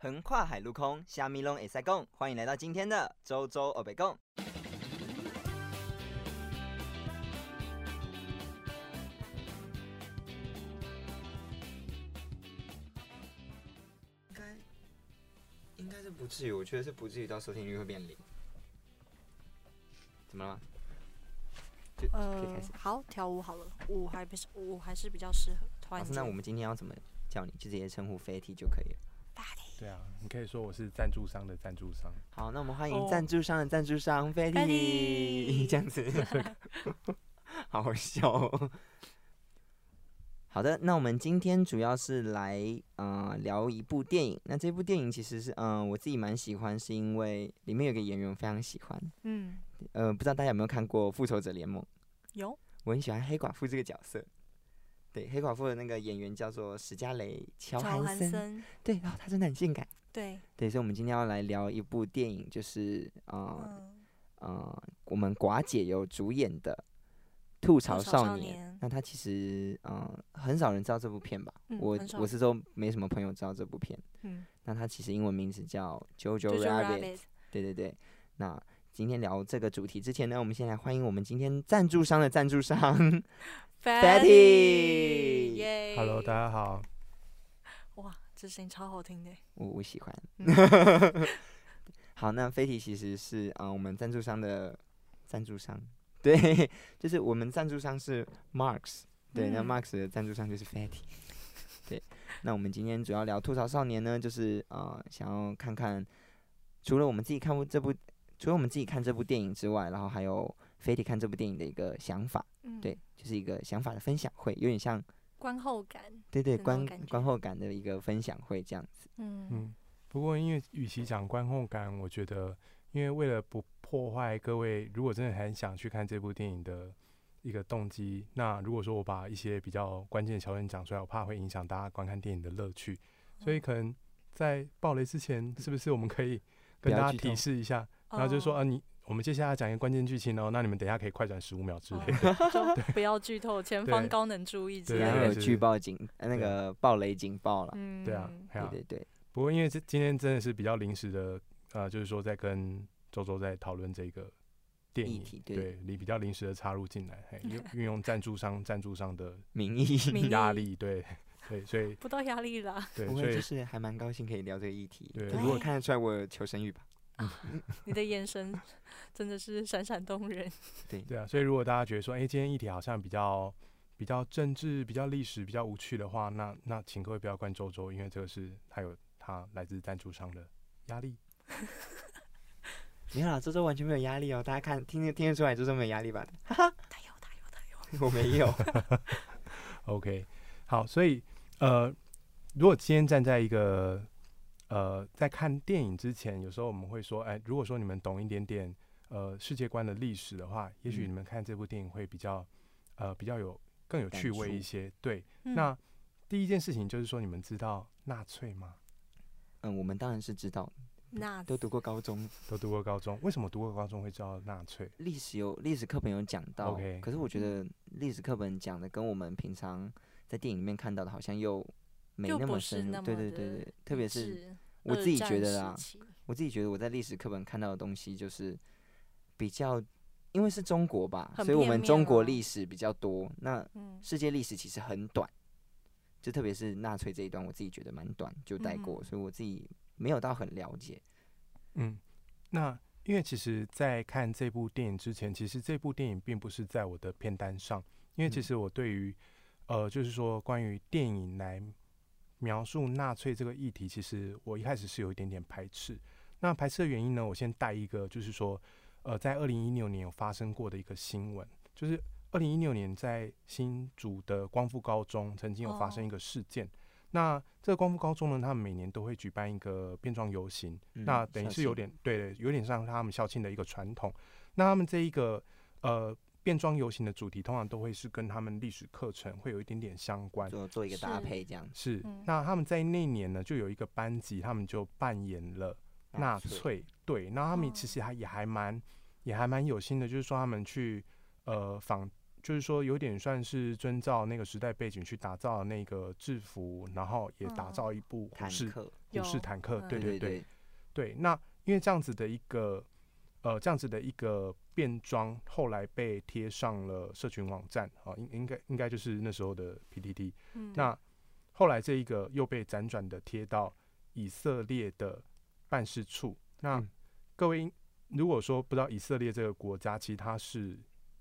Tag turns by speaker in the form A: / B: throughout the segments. A: 横跨海陆空，虾米龙也塞共。欢迎来到今天的周周欧北共。应该应该是不至于，我觉得是不至于到收听率会变零。怎么了吗？就可以
B: 呃
A: 开始，。
B: 好，跳舞好了，舞还不是舞还是比较适合
A: 老
B: 团
A: 师，
B: 结。
A: 那我们今天要怎么叫你？就直接称呼 Fatty 就可以了。
C: 对啊，你可以说我是赞助商的赞助商。
A: 好，那我们欢
B: 哦
A: 迎赞助商的赞助商 f e t t y
B: Fatty
A: 这样子，好好笑、哦。好的，那我们今天主要是来呃聊一部电影。那这部电影其实是嗯、呃我自己蛮喜欢，是因为里面有个演员我非常喜欢。
B: 嗯，
A: 呃，不知道大家有没有看过《复仇者联盟》？
B: 有
A: 我很喜欢黑寡妇这个角色。对，黑寡妇的那个演员叫做史嘉蕾·乔
B: 乔
A: 韩
B: 韩
A: 森。
B: 森，
A: 对，然后她真的很性感。
B: 对，
A: 对，所以我们今天要来聊一部电影，就是呃。
B: 嗯，
A: 呃，我们寡姐有主演的《吐槽
B: 吐槽少
A: 年》
B: 年
A: 那他其实呃很少人知道这部片吧？
B: 嗯
A: 我
B: 很少
A: 我是说没什么朋友知道这部片。
B: 嗯
A: 那他其实英文名字叫
B: j
A: JoJo
B: o
A: Rabbit。
B: Rabbit，
A: 对对对。那今天聊这个主题之前呢，我们先来欢迎我们今天赞助商的赞助商。Fatty
B: 耶
C: Hello，大家好，
B: 哇，这声音超好听的，
A: 我我喜欢。
B: 嗯
A: 好，那飞体其实是啊、呃我们赞助商的赞助 商，对，就是我们赞助商是 Marks，对，那
B: 嗯
A: Marks 的赞助商就是 Fatty，对。那我们今天主要聊《吐槽少年》呢，就是呃，想要看看除了我们自己看过这部，除了我们自己看这部电影之外，然后还有 Fatty 看这部电影的一个想法，
B: 嗯
A: 对，，就是一个想法的分享会，有点像
B: 观后感，
A: 对对
B: 的那
A: 观
B: 种感觉
A: 观后感的一个分享会这样子，
B: 嗯
C: 嗯，不过因为与其讲观后感，我觉得，因为为了不破坏各位，如果真的很想去看这部电影的一个动机，那如果说我把一些比较关键的桥段讲出来，我怕会影响大家观看电影的乐趣，所以可能在爆雷之前，是不是我们可以
A: 不
C: 跟
A: 要
C: 大家
A: 剧透
C: 提示一下，然后就说
B: 哦
C: 啊，你我们接下来讲一个关键剧情哦，那你们等一下可以快转十五秒之类的。
B: 哦就不要剧透，前方
C: 对
B: 高能注意之
C: 对
B: 类
A: 然后
C: 对
B: 的，
A: 有
C: 是
A: 剧爆警呃那
C: 对
A: 个暴雷警报了，
B: 嗯，
C: 对啊，
A: 对
C: 对啊。
A: 对 对。
C: 不过因为这今天真的是比较临时的，呃，就是说在跟周周在讨论这个电
A: 议
C: 影
A: 题，对
C: 对，你比较临时的插入进来，嘿运运用赞助商赞助商的
A: 名义，
B: 名
C: 压
B: 义
C: 力，对， 对，所以
B: 不到压力啦，
C: 对，
A: 不
C: 所
A: 过就
C: 以
A: 是还蛮高兴可以聊这个议题。
C: 对
A: 如果
B: 对
A: 看得出来我有求生欲吧，
B: 你的眼神真的是闪闪动 人，
C: 对啊，所以如果大家觉得说，哎，今天议题好像比较比较政治、比较历史、比较无趣的话，那那请各位不要怪周周，因为这个是他有他来自赞助商的压力。
A: 没有啦，周周完全没有压力哦。大家看听得听得出来周周没有压力吧？
B: 他有他有他有，
A: 我没 有。
C: OK，好，所以呃，如果今天站在一个呃，在看电影之前，有时候我们会说，哎，如果说你们懂一点点呃世界观的历史的话，也许
A: 嗯
C: 你们看这部电影会比较呃比较有更有
A: 感
C: 趣味一
A: 触
C: 些。对，
B: 嗯
C: 那第一件事情就是说，你们知道纳粹吗？
A: 嗯，我们当然是知道，
B: 那
A: 都读过高中，
C: 都读过高中，为什么读过高中会知道纳粹？
A: 历史有历史课本有讲到
C: OK 嗯
A: 可是我觉得历史课本讲的跟我们平常在电影里面看到的好像又没
B: 又
A: 那
B: 不
A: 么
B: 是
A: 深入。
B: 那
A: 对
B: 么
A: 对
B: 的
A: 对对，特别
B: 一
A: 是
B: 致
A: 我
B: 二
A: 自己
B: 战
A: 觉得
B: 时
A: 啦，
B: 期
A: 我自己觉得我在历史课本看到的东西就是比较，因为是中国吧，
B: 很
A: 所以我
B: 片
A: 们
B: 面
A: 中国
B: 啊
A: 历史比较多。那
B: 嗯，
A: 世界历史其实很短，就特别是纳粹这一段，我自己觉得蛮短，就带过，
B: 嗯
A: 所以我自己没有到很了解。
C: 嗯，那因为其实，在看这部电影之前，其实这部电影并不是在我的片单上，因为其
A: 嗯
C: 实我对于、呃，就是说关于电影来描述纳粹这个议题，其实我一开始是有一点点排斥。那排斥的原因呢，我先带一个，就是说，呃，在二零一六年有发生过的一个新闻，就是二零一六年在新竹的光复高中曾经有发生
B: 哦
C: 一个事件。那这个光复高中呢，他们每年都会举办一个变装游行，
A: 嗯
C: 那等于是有，点对对，有点像他们校庆的一个传统。那他们这一个呃变装游行的主题，通常都会是跟他们历史课程会有一点点相关
A: 像是。做做一个搭
B: 是
A: 配这样子。
C: 是
B: 嗯，
C: 那他们在那一年呢，就有一个班级，他们就扮演了纳
A: 粹，
C: 粹。对，那他们
B: 哦
C: 其实还也还蛮也还蛮有心的，就是说他们去呃仿，就是说有点算是遵照那个时代背景去打造那个制服，然后也打
B: 嗯
C: 造一部
A: 坦
C: 是
A: 克，
C: 虎式
B: 有
C: 坦克，
B: 嗯
C: 对
A: 对
C: 对对，对，那因为这样子的一个呃这样子的一个变装，后来被贴上了社群网站啊，应应该应该就是那时候的 PTT。
B: 嗯，
C: 那后来这一个又被辗转的贴到以色列的办事处。那、
A: 嗯
C: 各位应如果说不知道以色列这个国家，其实它是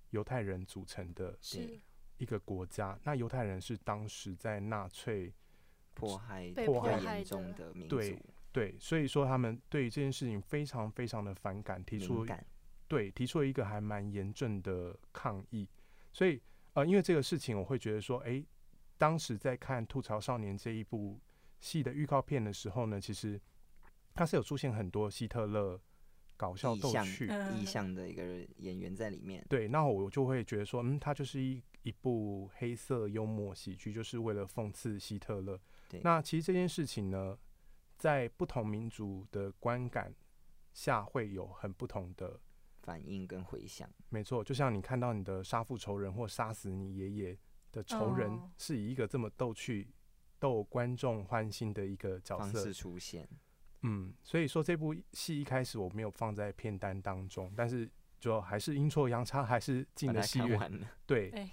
C: 犹太人组成的
B: 是
C: 一个国家，那犹太人是当时在纳粹
A: 迫害
B: 被
C: 迫
A: 比较
C: 害
A: 严
B: 的
A: 重的民
C: 对
A: 族
C: 对，所以说他们对于这件事情非常非常的反感，提出
A: 敏感，
C: 对，提出了一个还蛮严正的抗议。所以，呃，因为这个事情，我会觉得说，诶，当时在看《吐槽少年》这一部戏的预告片的时候呢，其实它是有出现很多希特勒搞笑
A: 意
C: 逗
A: 象
C: 趣，
B: 嗯
A: 意象的一个演员在里面。
C: 对，那我就会觉得说，嗯，它就是一一部黑色幽默喜剧，就是为了讽刺希特勒
A: 对。
C: 那其实这件事情呢，在不同民族的观感下，会有很不同的
A: 反应跟回响，
C: 没错，就像你看到你的杀父仇人或杀死你爷爷的仇人，
B: 哦
C: 是以一个这么逗趣、逗观众欢心的一个角
A: 方
C: 色
A: 式。出现，
C: 嗯，所以说这部戏一开始我没有放在片单当中，但是就还是阴错阳差，还是进
A: 把
C: 了
A: 它
C: 戏
A: 看
C: 院。
A: 完了。
C: 对。
B: 哎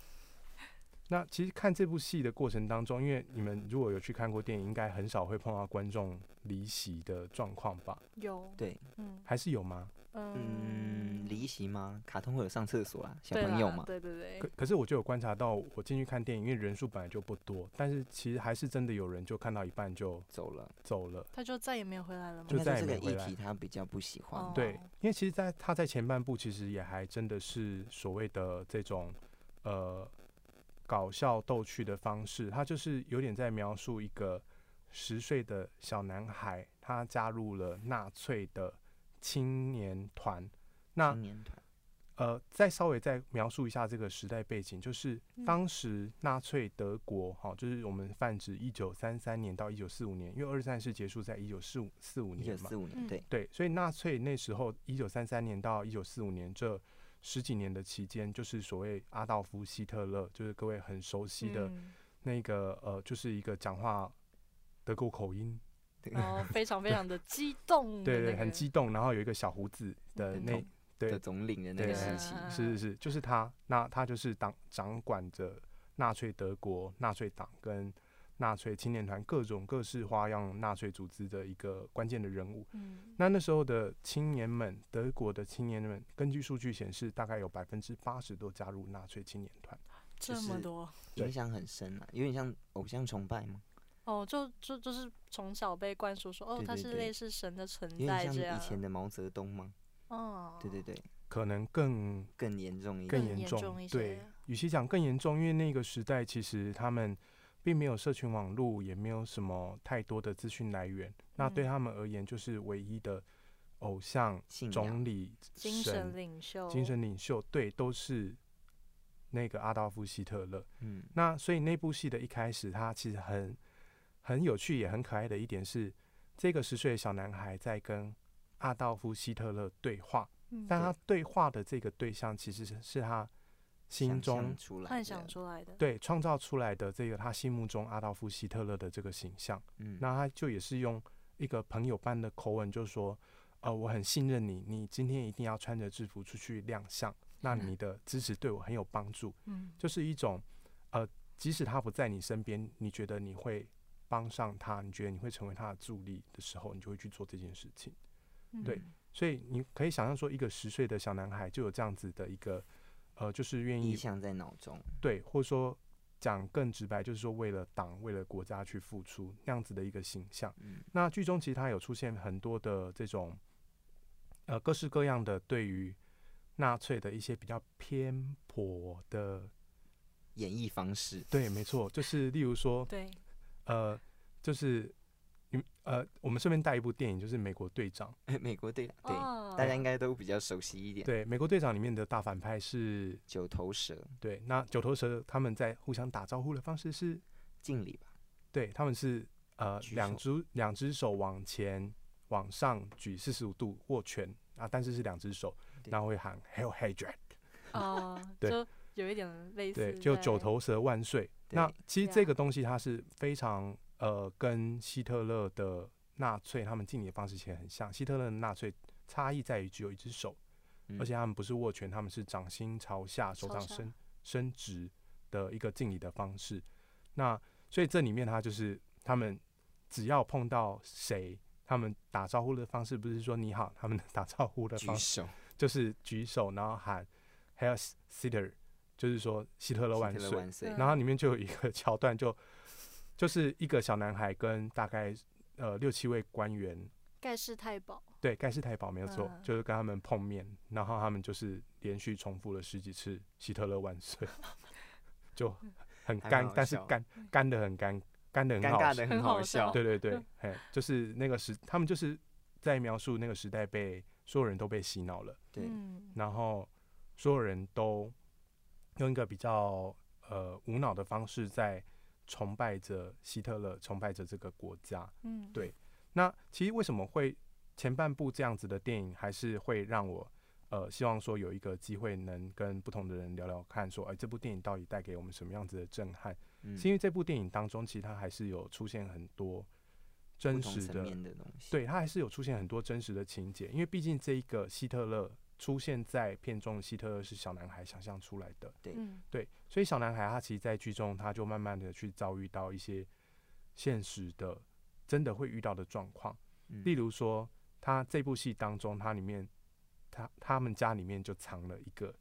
C: 那其实看这部戏的过程当中，因为你们如果有去看过电影，应该很少会碰到观众离席的状况吧？
B: 有，
A: 对，
B: 嗯
C: 还是有吗？
A: 嗯，离席吗？卡通会有上厕所啦，小
B: 对
A: 朋友
B: 啦
A: 嘛，
B: 对对
C: 可
B: 对，
C: 可是我就有观察到，我进去看电影，因为人数本来就不多，但是其实还是真的有人就看到一半就
A: 走了。
C: 走了。
B: 他就再也没有回来了吗？
C: 就
A: 应该
C: 再
A: 说
C: 也
A: 这个
C: 没回
A: 议
C: 来
A: 题他比较不喜欢
B: 哦
A: 吧，
C: 对，因为其实在他在前半部其实也还真的是所谓的这种呃搞笑逗趣的方式，他就是有点在描述一个十岁的小男孩，他加入了纳粹的青年团。那
A: 青年团
C: 呃，再稍微再描述一下这个时代背景，就是当时纳粹德国，哈、就是我们泛指一九三三年到一九四五年，因为二战是结束在一九四五四五
A: 一九
C: 年嘛
A: 四，五年，
B: 嗯
A: 对，
C: 对，所以纳粹那时候一九三三年到一九四五年这十几年的期间，就是所谓阿道夫·希特勒，就是各位很熟悉的
B: 嗯
C: 那个、呃，就是一个讲话德国口音，
B: 然后非常非常的激 动的
C: 对
B: 嗯那个，
C: 对，很激动，然后有一个小胡子的
B: 嗯
C: 那
A: 懂
C: 对
A: 的总领的那
C: 对
A: 个时期，
B: 啊
C: 是是是，就是他，那他就是党掌管着纳粹德国、纳粹党跟纳粹青年团各种各式花样纳粹组织的一个关键的人物。
B: 嗯，
C: 那那时候的青年们，德国的青年们，根据数据显示，大概有百分之八十都加入纳粹青年团。
B: 这
A: 是
B: 么多
C: 对
A: 影响很深啊，有点像偶像崇拜嘛，
B: 哦，就就就是从小被灌输说，哦，
A: 对
B: 他
A: 对
B: 是
A: 对
B: 类似神的存
A: 有
B: 嗯在
A: 点
B: 这
A: 像
B: 样
A: 以，前的毛泽东嘛，
B: 哦，
A: 对对对，
C: 可能更
A: 更严重一
C: 更
A: 点，
B: 严
C: 严重，
B: 重一
C: 对
B: 些，
C: 与其讲更严重，因为那个时代其实他们并没有社群网络，也没有什么太多的资讯来源，那
B: 嗯
C: 对他们而言就是唯一的偶像、
A: 信仰
C: 总理、
B: 精神领袖，
C: 精神领袖，对，都是那个阿道夫·希特勒。
A: 嗯，
C: 那所以那部戏的一开始，他其实很很有趣，也很可爱的一点是，这个十岁的小男孩在跟阿道夫·希特勒对话，
B: 嗯，
C: 但他对话的这个对象其实是是他心
A: 想象
C: 中
A: 出来
B: 幻
A: 的
B: 想，出来的，
C: 对创造出来的这个他心目中阿道夫·希特勒的这个形象。
A: 嗯，
C: 那他就也是用一个朋友般的口吻，就说：“呃，我很信任你，你今天一定要穿着制服出去亮相，那你的支持对我很有帮助。”
B: 嗯，
C: 就是一种，呃，即使他不在你身边，你觉得你会帮上他，你觉得你会成为他的助力的时候，你就会去做这件事情。对
B: 嗯，
C: 所以你可以想象说，一个十岁的小男孩就有这样子的一个，呃，就是愿
A: 意
C: 意
A: 象在脑中，
C: 对，或者说讲更直白，就是说为了党、为了国家去付出那样子的一个形象。
A: 嗯，
C: 那剧中其实它有出现很多的这种，呃，各式各样的对于纳粹的一些比较偏颇的，
A: 演绎方式，
C: 对，没错，就是例如说，
B: 对，
C: 呃，就是你呃，我们顺便带一部电影，就是《美国队长》。
A: 美国队啊对，
B: 哦
A: 大家应该都比较熟悉一点，
C: 对，《美国队长》里面的大反派是，
A: 九头蛇
C: 对，那九头蛇他们在互相打招呼的方式是，
A: 敬礼吧，
C: 对，他们是呃
A: 举
C: 两
A: 手
C: 只两只手往前往上举四十五度握拳啊，但是是两只手，
A: 对
C: 然后会喊 oh, “Hail Hydra”。
B: 哦，
C: 对
B: 就有一点类似
C: 对，
B: 在，
C: 就九头蛇万岁。那
A: 对
C: 其实
B: 对啊
C: 这个东西它是非常呃跟希特勒的纳粹他们敬礼的方式其实很像，希特勒的纳粹差异在于只有一只手，
A: 嗯
C: 而且他们不是握拳，他们是掌心朝下，手
B: 朝
C: 掌
B: 下
C: 伸伸直的一个敬礼的方式。那所以这里面他就是他们只要碰到谁，他们打招呼的方式不是说你好，他们的打招呼的
A: 举
C: 方式
A: 手，
C: 就是举手，然后喊 “Hail Hitler”，就是说希特勒万
A: 希特勒
C: 岁。
A: 万岁
B: 嗯
C: 然后里面就有一个桥段就，就是一个小男孩跟大概呃六七位官员，
B: 盖世太保，
C: 对盖世太保没有错，
B: 嗯
C: 就是跟他们碰面，然后他们就是连续重复了十几次“希特勒万岁”，就很
A: 还蛮
C: 干
A: 好，
C: 但是
A: 笑的
C: 干干的很干，干的很
A: 尴
C: 好
A: 尬
C: 笑
A: 的
B: 很
A: 好
B: 好笑
C: 对对对，嘿，就是那个时，他们就是在描述那个时代被所有人都被洗脑了。
A: 对
B: 嗯，
C: 然后所有人都用一个比较呃无脑的方式在崇拜着希特勒，崇拜着这个国家。
B: 嗯，
C: 对那其实为什么会前半部这样子的电影，还是会让我呃希望说有一个机会能跟不同的人聊聊看说，哎、这部电影到底带给我们什么样子的震撼？
A: 嗯
C: 是因为这部电影当中，其实它还是有出现很多真
A: 不同
C: 实
A: 层
C: 的
A: 面的东西，
C: 对，它还是有出现很多真实的情节，因为毕竟这一个希特勒出现在片中的希特勒是小男孩想象出来的，
B: 嗯，
C: 对，所以小男孩他其实，在剧中他就慢慢的去遭遇到一些现实的真的会遇到的状况，
A: 嗯，
C: 例如说他这部戏当中，他里面他他们家里面就藏了一个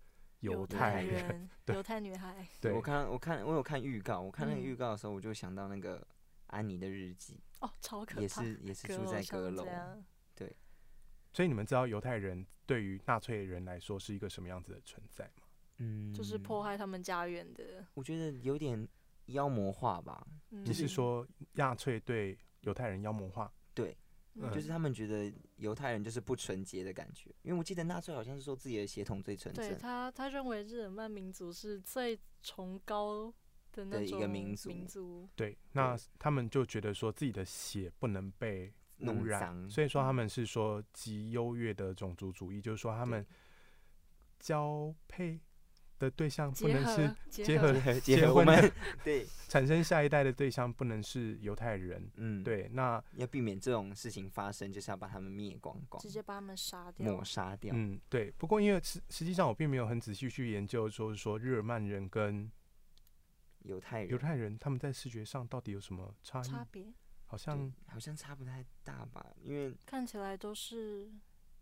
C: 犹太
B: 太
C: 人，
B: 人，
C: 对
B: 犹太女孩，
C: 对
A: 我，看我看我有看预告，我看那个
B: 嗯
A: 预告的时候，我就想到那个安妮的日记，
B: 哦，超可
A: 也
B: 怕，
A: 是也是
B: 阁
A: 住在
B: 上
A: 阁
B: 这
A: 楼，
B: 样
C: 所以你们知道犹太人对于纳粹人来说是一个什么样子的存在吗？
A: 嗯，
B: 就是迫害他们家园的，
A: 我觉得有点妖魔化吧，
B: 嗯
C: 你是说纳粹对犹太人妖魔化？
B: 嗯
A: 就是他们觉得犹太人就是不纯洁的感觉，因为我记得纳粹好像是说自己的血统最纯
B: 对
A: 正，
B: 他，他认为日耳曼民族是最崇高的那
A: 的
B: 种
A: 一个民族
B: 族
C: 对，那
A: 对
C: 他们就觉得说自己的血不能被污
A: 弄
C: 染，
A: 脏
C: 所以说他
B: 嗯
C: 们是说极优越的种族主义，就是说他们交配的对象不
B: 结
C: 能是
B: 合
C: 结
B: 结
C: 合
A: 结合我
C: 婚的
A: 们对，
C: 产生下一代的对象不能是犹太人。
A: 嗯，，
C: 对，那
A: 要避免这种事情发生，就是要把他们灭光光
B: 直，接把他们杀掉
A: 抹，杀掉，
C: 嗯，对。不过因为实实际上我并没有很仔细去研究，就是说日耳曼人跟
A: 犹太
C: 犹
A: 人
C: 太人他们在视觉上到底有什么差异？
B: 差别
C: 好像
A: 对好像差不太大吧，因为
B: 看起来都是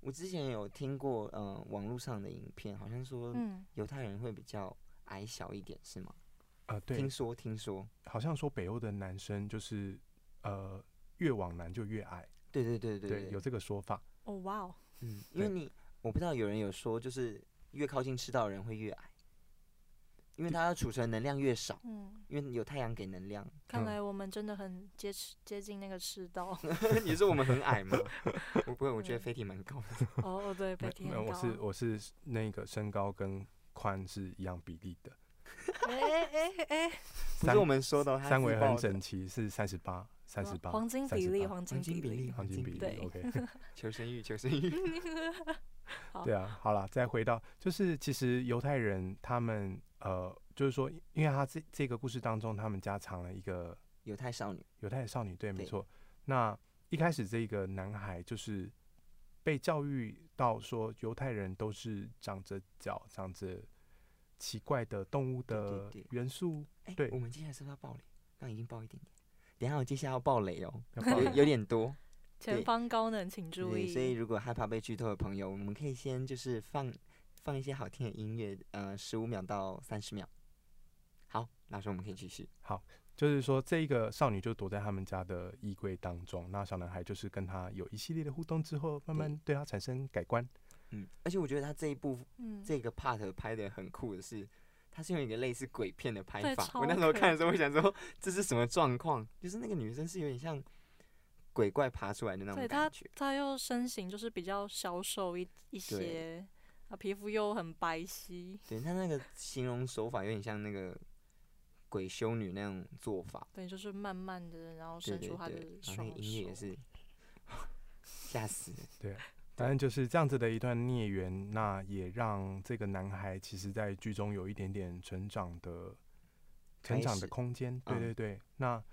A: 我之前有听过，嗯、网络上的影片，好像说
B: 嗯
A: 犹太人会比较矮小一点，是吗？
C: 呃，对
A: 听，说听说，
C: 好像说北欧的男生就是呃越往南就越矮。
A: 对对对对
C: 对，有这个说法。
B: 哦哇哦，
A: 嗯，因为你我不知道有人有说，就是越靠近赤道的人会越矮，因为他要储存能量越少，
B: 嗯，
A: 因为有太阳给能 量。
B: 看
C: 嗯
B: 来我们真的很接吃接近那个赤道 哦
A: 你说我们很矮吗？ 嗯我不会，我觉得飞体蛮高的。
B: 哦对，
C: 没
B: 被天
C: 没有，
B: 高
C: 我 是
B: 啊，
C: 我是那个身高跟宽是一样比例的，
B: 哎哎哎哎哎，
A: 不
C: 三
A: 是我们说的哦，他
C: 三
A: 自
C: 围
A: 报
C: 很
A: 的
C: 整齐是三十八，三十八，
B: 哦黄金比例，
C: 38
B: 黄
A: 黄金
B: 比
A: 比例，
C: 黄金比例
B: 对
C: ，OK，
A: 求生欲，求生 欲。哦
B: 好
C: 对啊，好了，再回到就是其实犹太人他们呃，就是说，因为他这这个故事当中，他们家藏了一个
A: 犹太少女，
C: 犹太少女，对，没
A: 对
C: 错。那一开始这个男孩就是被教育到说，犹太人都是长着脚、长着奇怪的动物
A: 对对
C: 的
A: 对
C: 元 素，
A: 哎、
C: 对
A: 我们接下来是不是要爆雷？刚已经爆一点点，等一下我接下来要爆雷 哦，
C: 要放
A: 有有点多。
B: 前
A: 对
B: 方高能，请 注
A: 对，
B: 意，
A: 所以如果害怕被剧透的朋友，我们可以先就是放放一些好听的音乐，呃，十五秒到三十秒。好，老师，我们可以继续。
C: 就是说，这一个少女就躲在他们家的衣柜当中，那小男孩就是跟她有一系列的互动之后，慢慢对她产生改观。
A: 嗯，而且我觉得他这一部
B: 嗯，
A: 这个 part 拍的很酷的是，他是用一个类似鬼片的拍
B: 对
A: 法。
B: 超
A: 我那时候
B: 可
A: 看的时候，我想说这是什么状况？就是那个女生是有点像鬼怪爬出来的那种
B: 对
A: 感觉。
B: 他又身形就是比较消瘦一一些，啊，皮肤又很白皙，
A: 对，他那个形容手法有点像那个鬼修女那种做法。
B: 对，就是慢慢的，然后
A: 对
B: 伸
A: 对
B: 出他的
A: 对，然后
B: 双
A: 那
B: 手
A: 个，音乐也是 吓死人。
C: 反正就是这样子的一段孽缘，那也让这个男孩其实在剧中有一点点成长的成
A: 开
C: 长的
A: 始
C: 空间。对
A: 嗯
C: 对对，那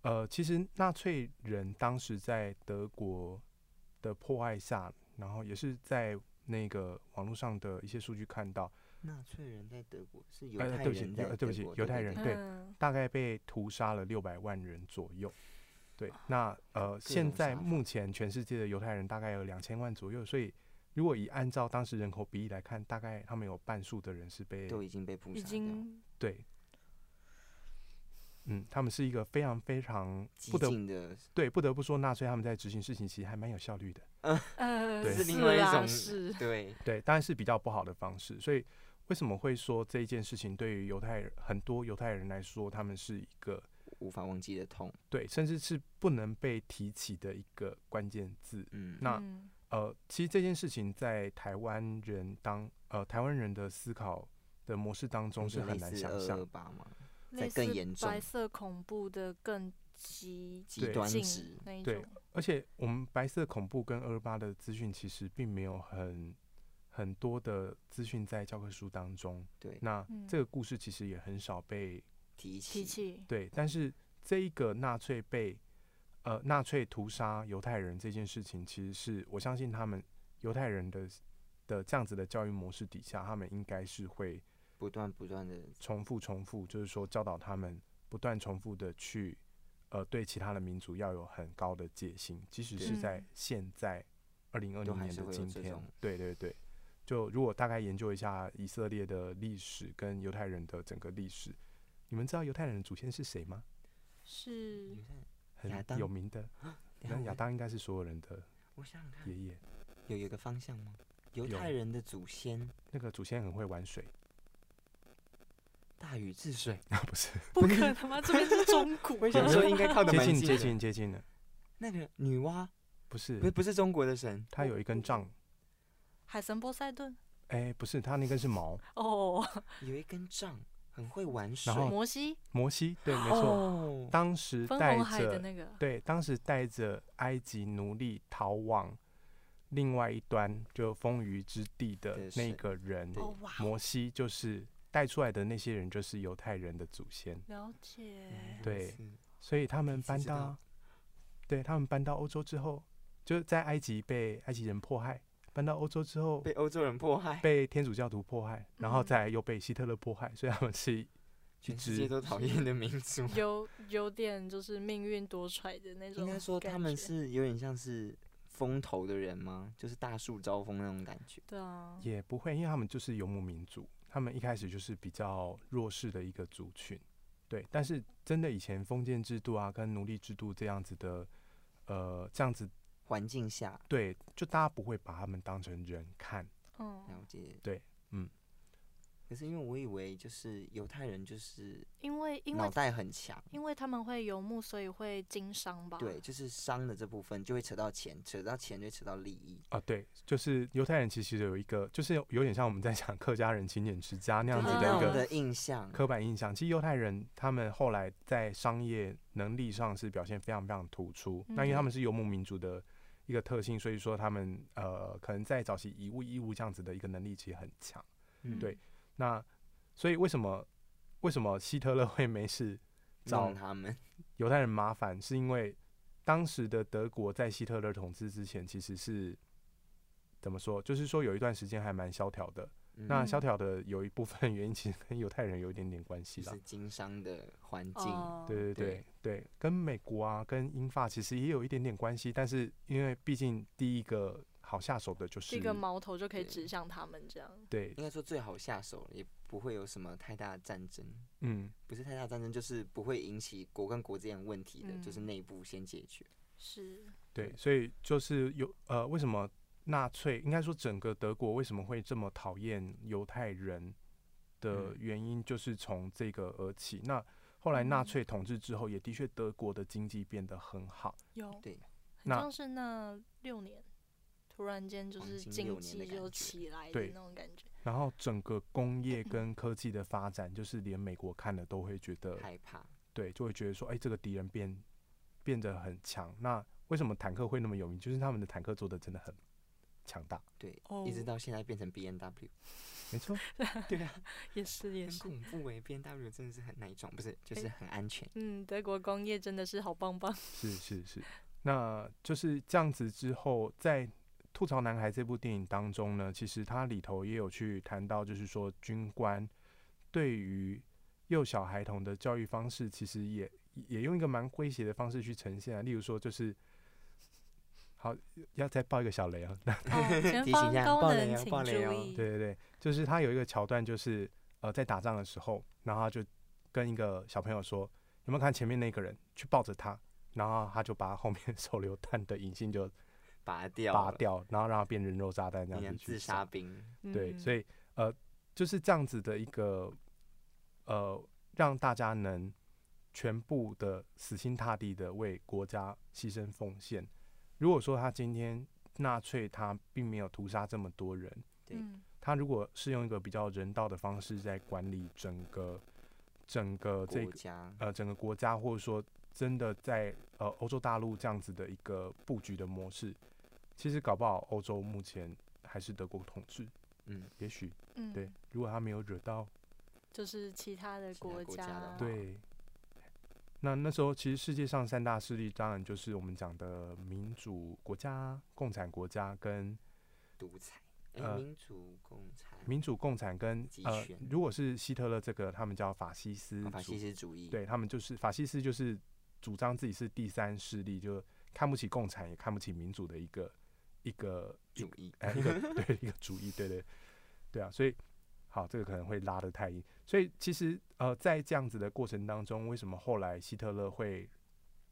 C: 呃，其实纳粹人当时在德国的迫害下，然后也是在那个网络上的一些数据看到，
A: 纳粹人在德国是犹
C: 呃
A: 太
C: 对不起
A: 人
C: 犹
A: 在德国，
C: 呃对不起犹太人对
B: 嗯，
C: 大概被屠杀了六百万人左右。对，那呃，现
A: 种
C: 在
A: 杀法
C: 目前全世界的犹太人大概有两千万左右，所以如果以按照当时人口比例来看，大概他们有半数的人是被
A: 都已经被扑
B: 嗯
A: 杀
B: 已
A: 掉了，
B: 经
C: 对，嗯，他们是一个非常非常
A: 激
C: 不得
A: 进的
C: 对不得不说纳粹他们在执行事情其实还蛮有效率的，
B: 呃
C: 对
A: 是另外一
B: 啦
A: 种
B: 是
A: 对
C: 对，当然是比较不好的方式。所以为什么会说这一件事情对于犹太人很多犹太人来说，他们是一个
A: 无法忘记的痛，
C: 对，甚至是不能被提起的一个关键字。
A: 嗯，
C: 那
B: 嗯
C: 呃，其实这件事情在台湾人当呃台湾人的思考的模式当中是
A: 就类
C: 很难
A: 似呃
C: 想
A: 二
C: 象
A: 二。八嘛，再
B: 类
A: 更
B: 似
A: 严
B: 白
A: 重
B: 色恐怖的更激
A: 极
C: 对
A: 端
B: 进
A: 值，
B: 那一
C: 对
B: 种，
C: 而且我们白色恐怖跟二二八的资讯其实并没有很很多的资讯在教科书当中。
A: 对，
C: 那
B: 嗯
C: 这个故事其实也很少被
A: 提
B: 提
A: 起
B: 起
C: 对，但是这一个纳粹被呃纳粹屠杀犹太人这件事情，其实是我相信他们犹太人的的这样子的教育模式底下，他们应该是会
A: 不断不断的
C: 重复重复，就是说教导他们不断重复的去呃对其他的民族要有很高的戒心，即使是
B: 对
C: 在
B: 嗯
C: 现在二零二
A: 都
C: 零
A: 还
C: 年
A: 是
C: 的
A: 会有
C: 今
A: 这
C: 天
A: 种，
C: 对对对。就如果大概研究一下以色列的历史跟犹太人的整个历史，你们知道犹太人的祖先是谁吗？
B: 是
A: 你看亚
C: 很
A: 当
C: 有名的，
A: 等一
C: 那
A: 下
C: 亚
A: 我
C: 当应该是所有人的
A: 我想想看
C: 爷爷。
A: 有有一个方向吗？犹
C: 有
A: 太人的祖先
C: 那个祖先很会玩水，
A: 大禹治水，
C: 啊，不是，
B: 不可能吗？这边是中 古
A: 我 想说应该靠的
C: 接
A: 蛮
C: 近
A: 近
C: 接
A: 的
C: 近接近了，
A: 那个女娲，
C: 不是
A: 不，是不是中国的神，
C: 他有一根杖，
B: 海神波塞顿
C: 哎，不是，他那根是矛，
B: 哦，
A: 有一根杖，很会玩水
C: 然，后
B: 摩西
C: 摩西，对，没错，
A: 哦，
C: 当时
B: 分
C: 带
B: 红海的
C: 着，
B: 那个，
C: 对，当时带着埃及奴隶逃往另外一端，就风雨之地的
A: 的
C: 那
A: 神
C: 个人，
A: 对
B: 哦哇，
C: 摩西就是带出来的那些人，就是犹太人的祖先，
B: 了解，
A: 哎
C: 对所以他们
A: 第一次
C: 搬
A: 知道
C: 到，对他们搬到欧洲之后，就是在埃及被埃及人迫害，搬到欧洲之后
A: 被欧洲人迫 害，
C: 被天主教徒迫害，然后
B: 嗯
C: 再来又被希特勒迫害，所以他们是
A: 全世
C: 直
A: 界都讨厌的民族。
B: 有有点就是命运多舛的那
A: 嗯
B: 种
A: 应
B: 感觉。
A: 该说他们是有点像是风头的人吗？就是大树招风那种感觉。
B: 对啊，
C: 也不会，因为他们就是游牧民族，他们一开始就是比较弱势的一个族群，对。但是真的以前封建制度啊，跟奴隶制度这样子的，呃，这样子
A: 环境下，
C: 对，就大家不会把他们当成人看，
A: 了
B: 嗯，
A: 解。
C: 对，嗯。
A: 可是因为我以为就是犹太人就是
B: 因为因
A: 脑
B: 为
A: 袋很强，
B: 因为他们会游牧，所以会经商吧？
A: 对，，就是商的这部分就会扯到钱，扯到钱就会扯到利益。
C: 啊，对，就是犹太人其实有一个，就是有有点像我们在讲客家人勤俭持家那
A: 就
C: 样
A: 是
B: 嗯
C: 子的
A: 那
C: 一
A: 种
C: 个
A: 的印象，
C: 刻板印象。其实犹太人他们后来在商业能力上是表现非常非常突出。那因为他
A: 嗯
C: 们是游牧民族的一个特性，所以说他们呃可能在早期以物易物这样子的一个能力其实很强。
A: 嗯
C: 对，那所以为什么为什么希特勒会没事找
A: 弄他们，
C: 犹太人麻烦，是因为当时的德国在希特勒统治之前，其实是怎么说？就是说有一段时间还蛮萧条的。那
A: 嗯
C: 萧条的有一部分原因，其实跟犹太人有一点点关系
A: 就
C: 啦
A: 是。经商的环境，
B: 哦，
C: 对对对
A: 对
C: 对，跟美国啊，跟英法其实也有一点点关系，但是因为毕竟第一个好下手的就是
B: 这个矛头就可以
A: 对
B: 指向他们这样。
C: 对
A: 应，该说最好下手了，也不会有什么太大的战争。
C: 嗯，
A: 不是太大战争，就是不会引起国跟国之间问题的，就是
B: 嗯
A: 内部先解决。
B: 是，
C: 对，
A: 对
C: 所以就是有呃，为什么纳粹应该说整个德国为什么会这么讨厌犹太人的
A: 嗯
C: 原因，就是从这个而起。那后来纳
B: 嗯
C: 粹统治之后，也的确德国的经济变得很好，
B: 有，
A: 对，
B: 很
C: 那
B: 像是那六年，突然间就
A: 黄
B: 是
A: 金
B: 经
A: 六年的
B: 济
A: 感觉
B: 就起来的
C: 对
B: 那种感觉。
C: 然后整个工业跟科技的发展，就是连美国看了都会觉得
A: 害怕，
C: 对，就会觉得说，哎、这个敌人变变得很强。那为什么坦克会那么有名？就是他们的坦克做的真的很强大。
A: 对，
B: 哦
A: 一直到现在变成 B N W，
C: 没错，
A: 对啊，
B: 也是也
A: 很
B: 是，
A: 恐怖哎、b
C: 欸
A: N W 真的是很那一种，不是，就是
B: 哎
A: 很安全。
B: 嗯，德国工业真的是好棒棒。
C: 是是是。那就是这样子之后，在《吐槽男孩》这部电影当中呢，其实它里头也有去谈到，就是说军官对于幼小孩童的教育方式，其实也也用一个蛮诙谐的方式去呈现啊。例如说，就是好要再爆一个小雷啊，
B: 哦，前
A: 提醒
B: 方
A: 一下
B: 高
A: 爆雷
B: 能，
A: 哦
B: 请
A: 爆雷
B: 注
A: 哦
B: 意。
C: 对对对，就是他有一个桥段，就是呃，在打仗的时候，然后他就跟一个小朋友说：“有没有看前面那个人？去抱着他。”然后他就把后面 手榴弹的引信就
A: 拔掉
C: 拔
A: 了，
C: 掉，然后让他变人肉炸弹这样
A: 你
C: 子
A: 能
C: 去
A: 自
C: 杀
A: 杀兵，
C: 对，所
B: 以
C: 以呃，就是这样子的一个呃，让大家能全部的死心塌地的为国家牺牲奉献。如果说他今天纳粹他并没有屠杀这么多人，
A: 对
B: 嗯
C: 他如果是用一个比较人道的方式在管理整个整个这
A: 国
C: 个
A: 家，
C: 呃整个国家，或者说真的在呃欧洲大陆这样子的一个布局的模式，其实搞不好欧洲目前还是德国统治，
A: 嗯，
C: 也许
B: 嗯
C: 对，，如果他没有惹到
B: 就是其他的
A: 其他国家的
B: 家
A: 话，
C: 对。那那时候，其实世界上三大势力当然就是我们讲的民主国家、共产国家跟
A: 独裁，哎、
C: 呃
A: 民主共产，
C: 民主共产跟
A: 集
C: 呃
A: 权，
C: 如果是希特勒这个，他们叫法西斯
A: 啊法
C: 主
A: 西斯主义，
C: 对他们就是法西斯，就是主张自己是第三势力，就看不起共产，也看不起民主的一个一个一
A: 主义，
C: 哎一个 对一个主义，对对对啊，所以好，这个可能会拉得太硬，所以其实呃，在这样子的过程当中，为什么后来希特勒会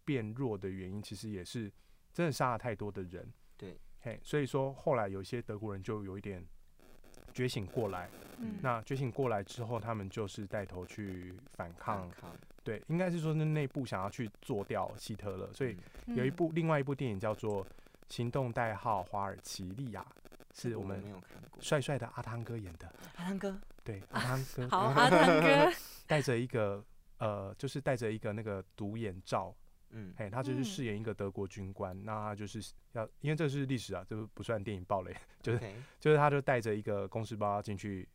C: 变弱的原因，其实也是真的杀了太多的人，
A: 对，
C: 嘿，所以说后来有一些德国人就有一点觉醒过来，
B: 嗯，
C: 那觉醒过来之后，他们就是带头去反抗
A: 反。抗，
C: 对，应该是说是内部想要去做掉希特勒，所以
A: 嗯
B: 嗯
C: 有一部、另外一部电影叫做《行动代号华尔奇利亚》，
A: 这
C: 是
A: 个
C: 我
A: 没
C: 们
A: 有看过。
C: 帅帅的阿汤哥演的。
A: 阿汤哥，
C: 对，阿 汤
B: 好
C: 哥
B: 阿汤哥，
C: 戴着一个呃，就是戴着一个那个独眼罩，
A: 嗯，
C: 嘿，他就是
B: 嗯
C: 饰演一个德国军官。那他就是要，因为这是历史啊，这不算电影暴雷， 就是
A: OK，
C: 就是他就带着一个公事包要进去，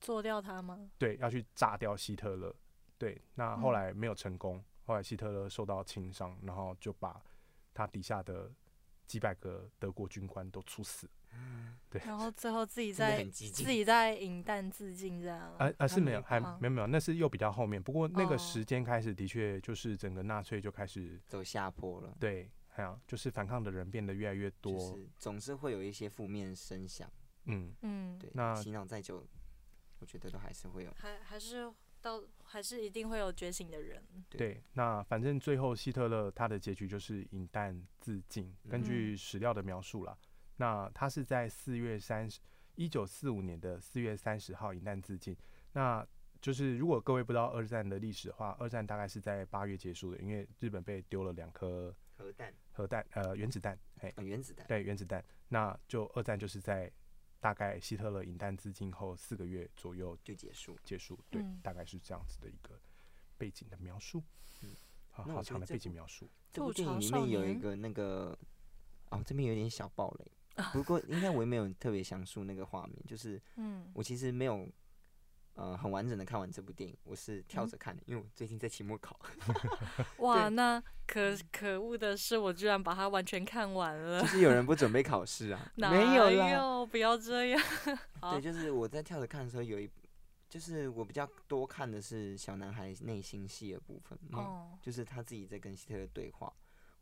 B: 做掉他吗？
C: 对，要去炸掉希特勒。对，那后
B: 嗯
C: 来没有成功，后来希特勒受到轻伤，然后就把他底下的几百个德国军官都处死。
B: 然后最后自己
A: 真的
B: 在
A: 很激
B: 自
A: 进，
B: 己在饮弹自尽这样啊。
C: 啊啊，是
A: 那
C: 没
A: 没
C: 有，还
B: 吗
C: 没有没有，那是又比较后面。不过那
B: 哦
C: 个时间开始，的确就是整个纳粹就开始
A: 走下坡了，
C: 对，还有就是反抗的人变得越来越多。
A: 就是总是会有一些负面声响，
C: 嗯，
B: 嗯，
A: 对，
C: 那
A: 洗脑再久，我觉得都还是会有，
B: 还还是到还是一定会有觉醒的人。
A: 对
C: 对。那反正最后希特勒他的结局就是饮弹自尽。根据史料的描述啦，那他是在四月三十，一九四五年的四月三十号饮弹自尽。那就是如果各位不知道二战的历史的话，二战大概是在八月结束的，因为日本被丢了两颗
A: 核弹，
C: 核弹，呃，原子弹，嘿，
A: 呃，原子弹，
C: 对，原子弹。那就二战就是在大概希特勒饮弹自尽后四个月左右
A: 就结束。
C: 结束，对，
B: 嗯
C: 大概是这样子的一个背景的描述。
A: 嗯
C: 好
A: 那
C: 好
A: 我觉
C: 长
A: 得
C: 的
A: 这
C: 背景
A: 部
C: 描述。
A: 这部
B: 吐
A: 电
B: 槽
A: 影里
B: 少
A: 面有一
B: 年
A: 个那个，哦，这边有点小暴 雷，不过应该我也没有特别详述那个画面，就是
B: 嗯，
A: 我其实没有。呃，很完整的看完这部电影，我是跳
B: 嗯
A: 着看的，因为我最近在期末考，
B: 哇，那可可恶的是，我居然把它完全看完
A: 嗯
B: 了
A: 就。是有人不准备考试啊，
B: 哪
A: 没有啦，
B: 有不要这样。好
A: 对，就是我在跳着看的时候，有一就是我比较多看的是小男孩内心戏的部分，嗯，
B: 哦，
A: 就是他自己在跟希特勒对话。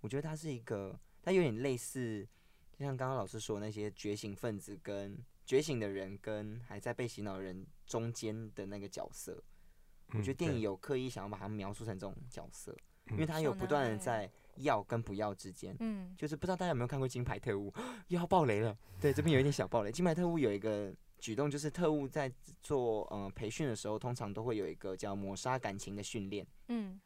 A: 我觉得他是一个，他有点类似，就像刚刚老师说的那些觉醒分子跟觉醒的人跟还在被洗脑的人中间的那个角色。我
C: 嗯
A: 觉得电
C: 对
A: 影有刻意想要把它描述成这种角色，因
C: 嗯
A: 为他有
B: 小
A: 不
B: 男
A: 断的
B: 孩
A: 在要跟不要之间。
B: 嗯，
A: 就是不知道大家有没有看过《金牌特务》， 又要爆雷了。对，这边有一点小爆雷。《金牌特务》有一个举动，就是特务在做呃培训的时候，通常都会有一个叫抹杀感情的训练，
B: 嗯，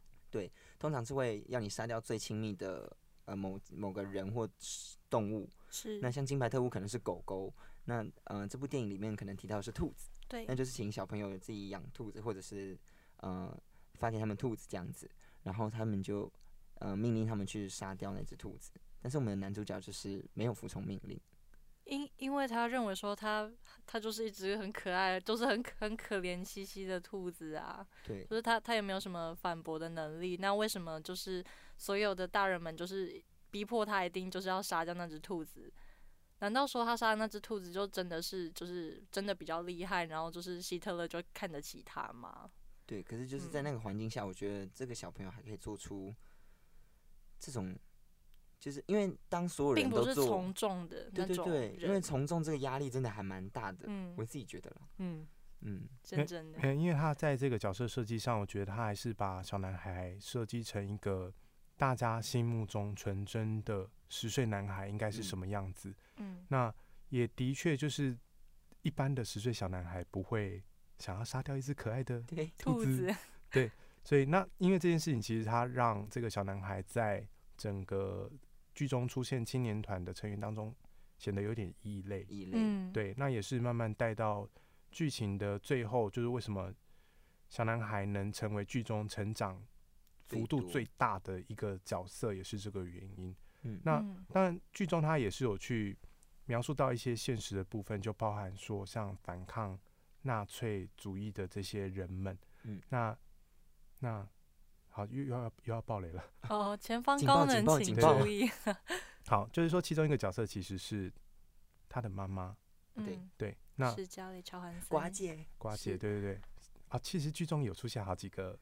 A: 通常是会要你杀掉最亲密的呃某某个人或是动物。
B: 是
A: 那，像《金牌特务》可能是狗狗，那呃这部电影里面可能提到的是兔子，
B: 对
A: 那，就是请小朋友自己养兔子，或者是呃发给他们兔子这样子，然后他们就呃命令他们去杀掉那只兔子。但是我们的男主角就是没有服从命令，
B: 因因为他认为说他他就是一只很可爱，就是很可很可怜兮兮的兔子啊，
A: 对，
B: 就是他他也没有什么反驳的能力，那为什么就是所有的大人们就是逼迫他一定就是要杀掉那只兔子？难道说他杀的那只兔子就真的是就是真的比较厉害，然后就是希特勒就看得起他吗？
A: 对，可是就是在
B: 嗯
A: 那个环境下，我觉得这个小朋友还可以做出这种，就是因为当所有
B: 并
A: 人
B: 不
A: 都
B: 是
A: 做，
B: 从众的
A: 对
B: 那
A: 对
B: 种
A: 对，因为
B: 人
A: 从众这个压力真的还蛮大的，
B: 嗯
A: 我自己觉得啦，
B: 嗯，
A: 嗯，
B: 真正的
C: 嗯，因为他在这个角色设计上，我觉得他还是把小男孩设计成一个大家心目中纯真的十岁男孩应该是
A: 嗯
C: 什么样子。
B: 嗯
C: 那也的确就是一般的十岁小男孩不会想要杀掉一只可爱的，
A: 对，
C: 兔
B: 兔
C: 子
B: 子
C: 所以那因为这件事情，其实他让这个小男孩在整个剧中出现青年团的成员当中显得有点异类。
A: 异类，
B: 嗯
C: 对，那也是慢慢带到剧情的最后，就是为什么小男孩能成为剧中成长幅度
A: 多
C: 最大的一个角色，也是这个原因。
A: 嗯
C: 那
B: 嗯
C: 当然，剧中他也是有去描述到一些现实的部分，就包含说像反抗纳粹主义的这些人们。
A: 嗯，
C: 那那好，又又要又要爆雷了。
B: 哦，前方
A: 警报
B: 高
A: 警
B: 能
A: 报
B: 请
A: 警报
B: 注意，
C: 好，就是说其中一个角色其实是他的妈妈。
A: 对
B: 嗯，
C: 对，那
B: 是家里乔韩森
A: 瓜姐，
C: 瓜姐，
A: 是
C: 对对对，啊，其实剧中有出现好几个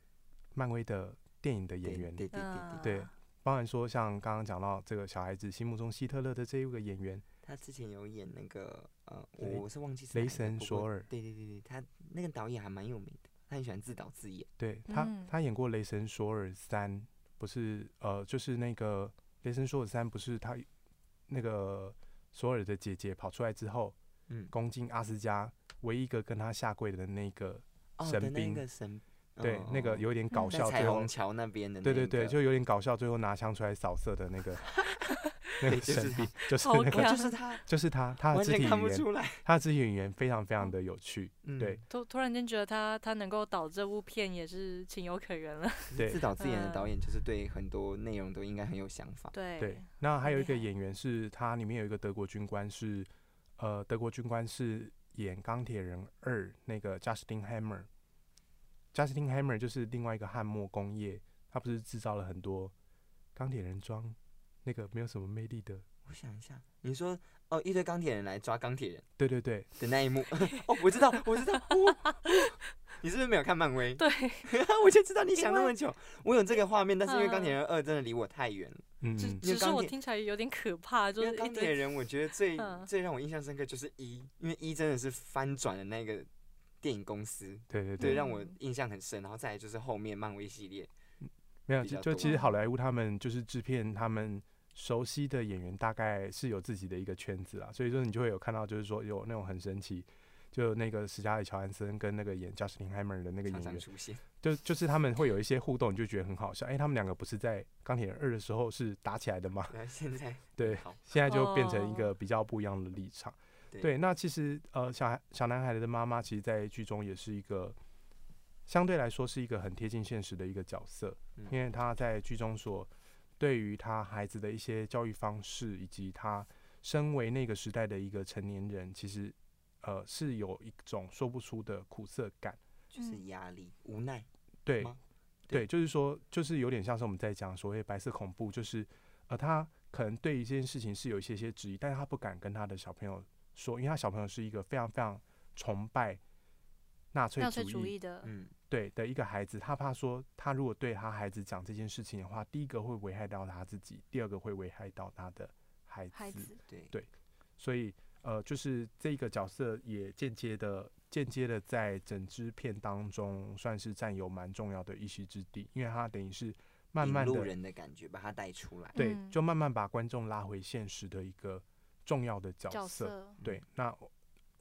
C: 漫威的电影的
A: 对
C: 演员，
A: 对对对对，
C: 对
B: 啊
C: 包含说像刚刚讲到这个小孩子心目中希特勒的这一个演员
A: 他之前有演那个呃，
C: 雷
A: 我是忘记是
C: 雷
A: 哪一个
C: 神
A: 不过
C: 索尔，
A: 对对对对，他那个导演还蛮有名的，他很喜欢自导自演，
C: 对他，
B: 嗯
C: 他演过《雷神索尔三》，不是呃，就是那个《雷神索尔三》，不是他那个索尔的姐姐跑出来之后，
A: 嗯，
C: 攻进阿斯加，唯一一个跟他下跪的那个，
A: 哦
C: 神
A: 的那
C: 兵
A: 个神，
C: 对，
A: 哦
C: 那个
A: 哦
C: 有点搞
B: 嗯
A: 在
C: 笑，
A: 彩
C: 最后
A: 虹桥那边的那
C: 对
A: 个，
C: 对对，就有点搞笑，最后拿枪出来扫射的那 个
A: 对
C: 那个
A: 就是
C: 神
A: 他
C: 兵，就是
B: 好
C: 那
A: 我
C: 个，
B: 看
A: 就是 他，
C: 就是他，他的
A: 完
C: 肢体
A: 全看
C: 语
A: 不
C: 言，
A: 出来，
C: 他的肢体语言非常非常的有趣，
A: 嗯
C: 对，
B: 突突然间觉得他他能够导这部片也是情有可原了。
A: 可是
C: 对
A: 自导自演的导
B: 嗯
A: 演就是对很多内容都应该很有想法，
B: 对
C: 对，那还有一
B: 厉
C: 个
B: 害
C: 演员是他里面有一个德国军官是，呃，德国军官是演钢铁人二那个 Justin Hammer。Justin Hammer 就是另外一个汉默工业，他不是制造了很多钢铁人装，那个没有什么魅力的。
A: 我想一下，你说哦，一堆钢铁人来抓钢铁人
C: 对对对，
A: 的那一幕， 哦，我知道，我知道，哦哦你是不是没有看漫威？
B: 对
A: 我就知道你想那
B: 因
A: 么
B: 为
A: 久，我有这个画面，但是因为
B: 嗯
A: 钢铁人二真的离我太远了。
C: 嗯，
B: 只
C: 嗯
A: 因为
B: 只是
A: 钢
B: 我
A: 铁
B: 听起来有点可怕，就
A: 因
B: 是
A: 为
B: 一
A: 钢铁
B: 堆
A: 人，我觉得最、
B: 嗯
A: 最让我印象深刻就是一，因为一真的是翻转了那个电影公司，
C: 对对
A: 对，
C: 对，
A: 让我
B: 嗯
A: 印象很深。然后再来就是后面漫威系列，
C: 没有，
A: 比
C: 就
A: 较
C: 就其实
B: 多
C: 好莱坞他们就是制片他们熟悉的演员，大概是有自己的一个圈子啦，所以说你就会有看到，就是说有那种很神奇，就那个史嘉丽·乔安森跟那个演 Justin Hammer 的那个
A: 常
C: 演
A: 常
C: 员，
A: 出现。
C: 就就是他们会有一些互动，你就觉得很好笑。哎、他们两个不是在《钢铁人二》的时候是打起来的吗？
A: 然后现在
C: 对
A: 好，
C: 现在就变成一
B: 哦
C: 个比较不一样的立场。
A: 对
C: 对，那其实呃，小孩小男孩的妈妈，其实，在剧中也是一个相对来说是一个很贴近现实的一个角色，
A: 嗯
C: 因为他在剧中所对于他孩子的一些教育方式，以及他身为那个时代的一个成年人，其实呃是有一种说不出的苦涩感。
A: 就是压力、无奈，
C: 对
A: 吗，对
C: 对，就是说，就是有点像是我们在讲所谓白色恐怖，就是呃，他可能对一件事情是有一些些质疑，但是他不敢跟他的小朋友说，因为他小朋友是一个非常非常崇拜纳粹
B: 纳粹
C: 主
B: 主
C: 义
B: 义的，
A: 嗯，
C: 对的一个孩子，他怕说他如果对他孩子讲这件事情的话，第一个会危害到他自己，第二个会危害到他的孩子，
B: 孩子，
A: 对
C: 对所以呃，就是这个角色也间接的、间接的在整支片当中算是占有蛮重要的一席之地，因为他等于是慢
A: 引
C: 慢
A: 路
C: 的
A: 人的感觉，把他带出来。
C: 对，
B: 嗯
C: 就慢慢把观众拉回现实的一个重要的角色。
B: 角色，
A: 嗯
C: 对，那我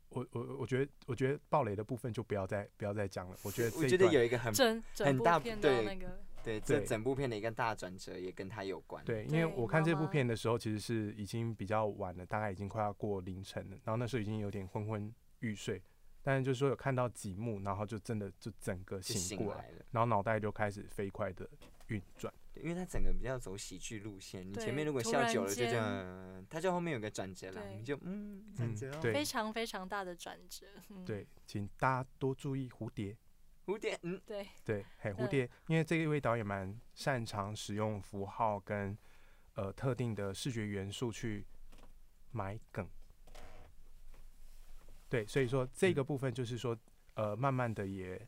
C: 我我我觉得，我觉得暴雷的部分就不要再不要再讲了。我觉得
A: 我
C: 这一
A: 觉得
C: 段
A: 有一个很
B: 整
A: 很
B: 整部
A: 大
B: 片
A: 对
B: 的那个，
A: 对这
C: 对
A: 整部片的一个大转折，也跟他有关。，
C: 对，因为
B: 对
C: 我看这
B: 妈
C: 部
B: 妈
C: 片的时候，其实是已经比较晚了，大概已经快要过凌晨了。然后那时候已经有点昏昏欲睡，但是就是说有看到几幕，然后就真的就整个
A: 就
C: 醒
A: 醒
C: 过来，
A: 来了。
C: 然后脑袋就开始飞快的运转。
A: 对因为它整个比较走喜剧路线，你前面
B: 对
A: 如果
B: 突
A: 笑
B: 然
A: 久了就这
B: 间
A: 样，它就后面有个转折啦，
B: 对
A: 你就嗯转
C: 嗯
A: 折哦，，
B: 非
C: 对
B: 常非常大的转折。嗯、
C: 对，请大家多注意蝴蝶。
A: 蝴蝶嗯
B: 对，
C: 对，嘿，蝴
B: 嗯
C: 蝶，因为这一位导演蛮擅长使用符号跟呃特定的视觉元素去埋梗。对，所以说这
A: 嗯
C: 个部分就是说，呃，慢慢的也，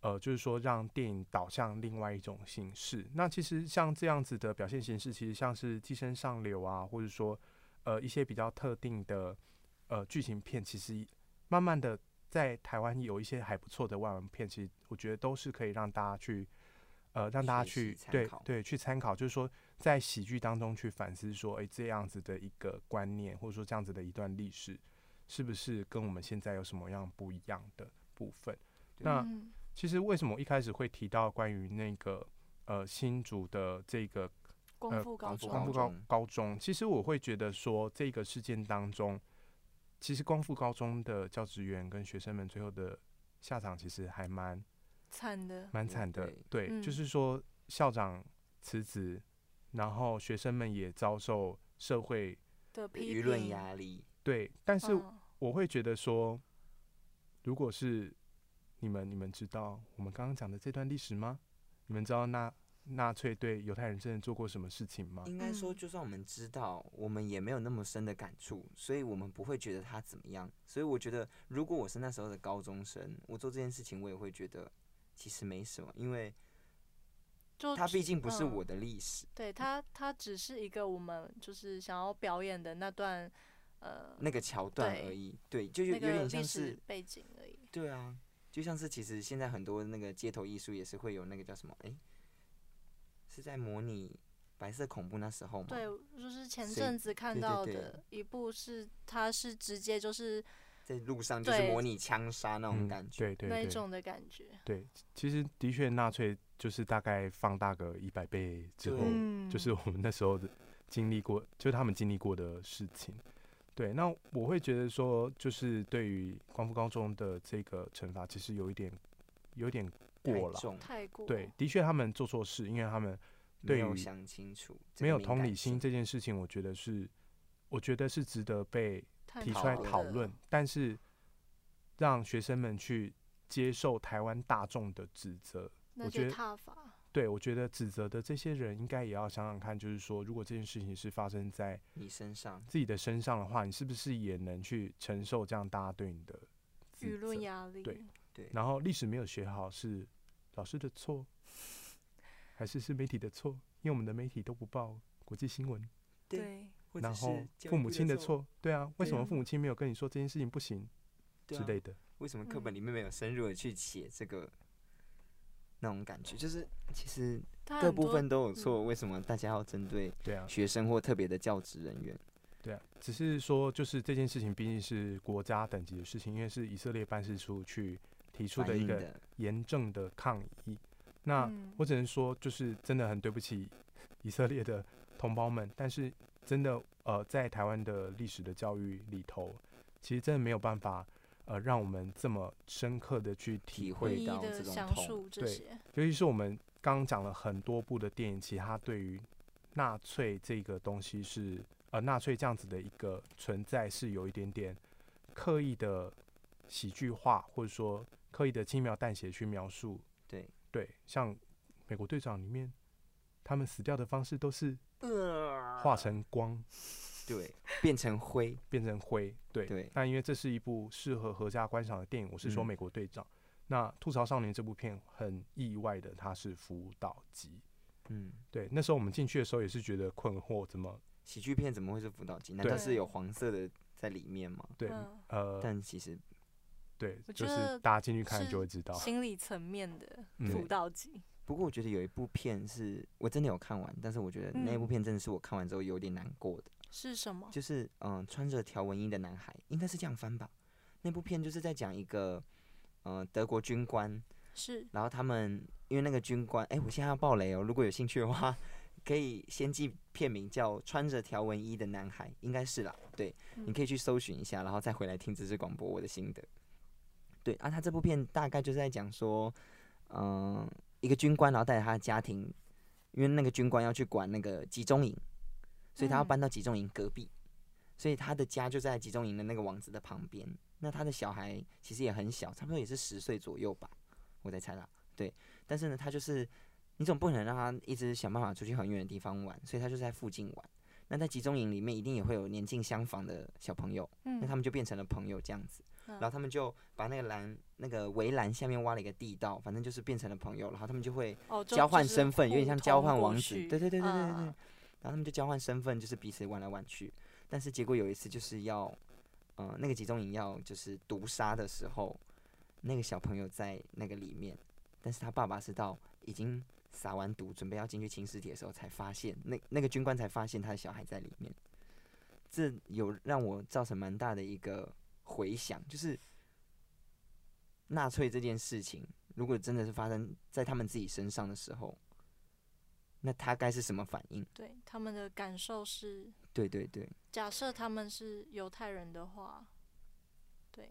C: 呃，就是说让电影导向另外一种形式。那其实像这样子的表现形式，其实像是《寄生上流》啊，或者说呃一些比较特定的呃剧情片，其实慢慢的在台湾有一些还不错的外文片，其实我觉得都是可以让大家去，呃，让大家
A: 学习
C: 去
A: 参
C: 对
A: 考
C: 对去参考，就是说在喜剧当中去反思说，诶，这样子的一个观念，或者说这样子的一段历史，是不是跟我们现在有什么样不一样的部分？那
B: 嗯
C: 其实为什么我一开始会提到关于那个呃新竹的这个
B: 功夫高
A: 呃功夫
B: 中，
C: 光复高
A: 中
C: 高中，其实我会觉得说，这个事件当中，其实光复高中的教职员跟学生们最后的下场，其实还蛮
A: 啊
B: 惨的，
C: 蛮惨的。对，
B: 嗯
C: 就是说校长辞职，然后学生们也遭受社会
B: 的批
A: 呃舆论
B: 评
A: 压力，
C: 对，但是
B: 嗯
C: 我会觉得说，如果是你们，你们知道我们刚刚讲的这段历史吗？你们知道纳纳粹对犹太人真的做过什么事情吗？
A: 应该说
B: 嗯
A: 就算我们知道，我们也没有那么深的感触，所以我们不会觉得他怎么样。所以我觉得，如果我是那时候的高中生，我做这件事情，我也会觉得其实没什么，因为
B: 就
A: 它毕竟不是
B: 嗯
A: 我的历史，
B: 对他，他只是一个我们就是想要表演的那段呃
A: 那个桥段
B: 对
A: 而已。对，就有
B: 那
A: 有
B: 个
A: 点
B: 历
A: 像
B: 史
A: 是，
B: 背景而已。
A: 对啊，就像是其实现在很多那个街头艺术也是会有那个叫什么，哎、是在模拟白色恐怖那时候吗？
B: 对，就是前
A: 谁
B: 阵子看
A: 对对
B: 到
A: 对
B: 的一部是，他是直接就是
A: 在路上就是
B: 对
A: 模拟枪杀那种
C: 嗯
A: 感觉。
C: 对对
B: 那一
C: 对。
B: 种的感觉，
C: 对，其实的确，纳粹就是大概放大个一百倍之后
A: 对，
B: 嗯，
C: 就是我们那时候的经历过，就是他们经历过的事情。对，那我会觉得说，就是对于光复高中的这个惩罚，其实有一点，有一点
A: 太
C: 过了。
A: 重
B: 太过
C: 对，的确他们做错事，因为他们
A: 没
C: 对
A: 有
C: 于
A: 想清楚，这
C: 没
A: 个
C: 有
A: 敏
C: 同
A: 感
C: 理心
A: 性
C: 这件事情，我觉得是，我觉得是值得被
B: 探
C: 提出来
A: 嗯讨
C: 讨
B: 的
C: 论，但是让学生们去接受台湾大众的指责，
B: 那
C: 我
B: 就
C: 觉得
B: 踏法，
C: 对，我觉得指责的这些人应该也要想想看，就是说，如果这件事情是发生在
A: 你身上，
C: 自己的身上的话，你是不是也能去承受这样大家对你的指
B: 舆论
C: 责？
B: 压力，
C: 对
A: 对，
C: 然后历史没有学好是老师的错，还是是媒体的错？因为我们的媒体都不报国际新闻，
A: 对
B: 对，
A: 或者
C: 然
A: 是
C: 后
A: 教育
C: 父
A: 部
C: 母亲的
A: 错
C: 错，对啊，为
A: 对
C: 什么
B: 啊
C: 父母亲没有跟你说这件事情不行
A: 对
C: 之
A: 啊
C: 类的？
A: 为什么课本
B: 嗯
A: 里面没有深入的去写这个那种感觉？就是其实
B: 它
A: 各
B: 很
A: 部
B: 多嗯
A: 分都有错，为什么大家要针对
C: 对啊，
A: 学生或特别的教职人员？
C: 对啊，只是说就是这件事情毕竟是国家等级的事情，因为是以色列办事处去提出
A: 反
C: 的一
A: 映
C: 个
A: 的
C: 严正的抗议。那
B: 嗯
C: 我只能说，就是真的很对不起以色列的同胞们，但是真的呃，在台湾的历史的教育里头，其实真的没有办法呃，让我们这么深刻的去体
A: 体
C: 会
B: 一一
A: 到
B: 的
A: 这种
B: 详
A: 痛
B: 述这
C: 对
B: 些，
C: 尤其是我们刚刚讲了很多部的电影，其实它对于纳粹这个东西是呃纳粹这样子的一个存在是有一点点刻意的喜剧化，或者说刻意的轻描淡写去描述。
A: 对
C: 对，像美国队长里面，他们死掉的方式都是
A: 呃
C: 化成光，
A: 对变成灰，
C: 变成灰。对，
A: 对
C: 那因为这是一部适合合家观赏的电影，我是说
A: 嗯
C: 美国队长。那《吐槽少年》这部片很意外的，它是辅导级。
A: 嗯，
C: 对，那时候我们进去的时候也是觉得困惑，怎么
A: 喜剧片怎么会是辅导级？难道
C: 对
A: 是有黄色的在里面吗？
C: 对、
B: 嗯
C: 呃
A: 但其实
C: 对
B: 我，
C: 就
B: 觉得
C: 是大家进去看
B: 是
C: 就会知道，
B: 心理层面的
C: 嗯
B: 辅导级，
A: 不过我觉得有一部片是我真的有看完，但是我觉得那一部
B: 嗯哦
A: 片真的是我看完之后有点难过的，
B: 是什么？
A: 就是嗯、呃穿着条纹衣的男孩，应该是这样翻吧。那部片就是在讲一个呃德国军官，
B: 是
A: 然后他们因为那个军官，哎，我现在要爆雷哦，如果有兴趣的话，可以先记片名叫《穿着条纹衣的男孩》，应该是啦，对，你
B: 嗯
A: 可以去搜寻一下，然后再回来听这支广播我的心得。对啊，他这部呃片大概就是在讲说，嗯、一个军官，然后带着他的家庭因为那个军官要去管那个集中营，所以他要
B: 嗯
A: 搬到集中营隔壁，所以他的家就在集中营的那个网子的旁边。那他的小孩其实也很小，差不多也是十岁左右吧，我在猜啦。对，但是呢，他就是你总不可能让他一直想办法出去很远的地方玩，所以他就在附近玩。那在集中营里面，一定也会有年近相仿的小朋友，那他
B: 嗯，
A: 们就变成了朋友这样子。
B: 嗯
A: 然后他们就把那个栏、那个围栏下面挖了一个地道，反正就是变成了朋友。然后他们就会
B: 哦，就
A: 交换
B: 就是
A: 身份，有点
B: 互
A: 像交
B: 通
A: 换
B: 过
A: 王子。
B: 去
A: 对对对对对对。
B: 嗯嗯
A: 然后他们就交换身份，就是彼此玩来玩去。但是结果有一次就是要，呃，那个集中营要就是毒杀的时候，那个小朋友在那个里面，但是他爸爸是到已经撒完毒，准备要进去清尸体的时候才发现，那那个军官才发现他的小孩在里面。这有让我造成蛮大的一个回响，就是纳粹这件事情，如果真的是发生在他们自己身上的时候，那他该是什么反应？
B: 对他们的感受是，
A: 对对对，
B: 假设他们是犹太人的话，对，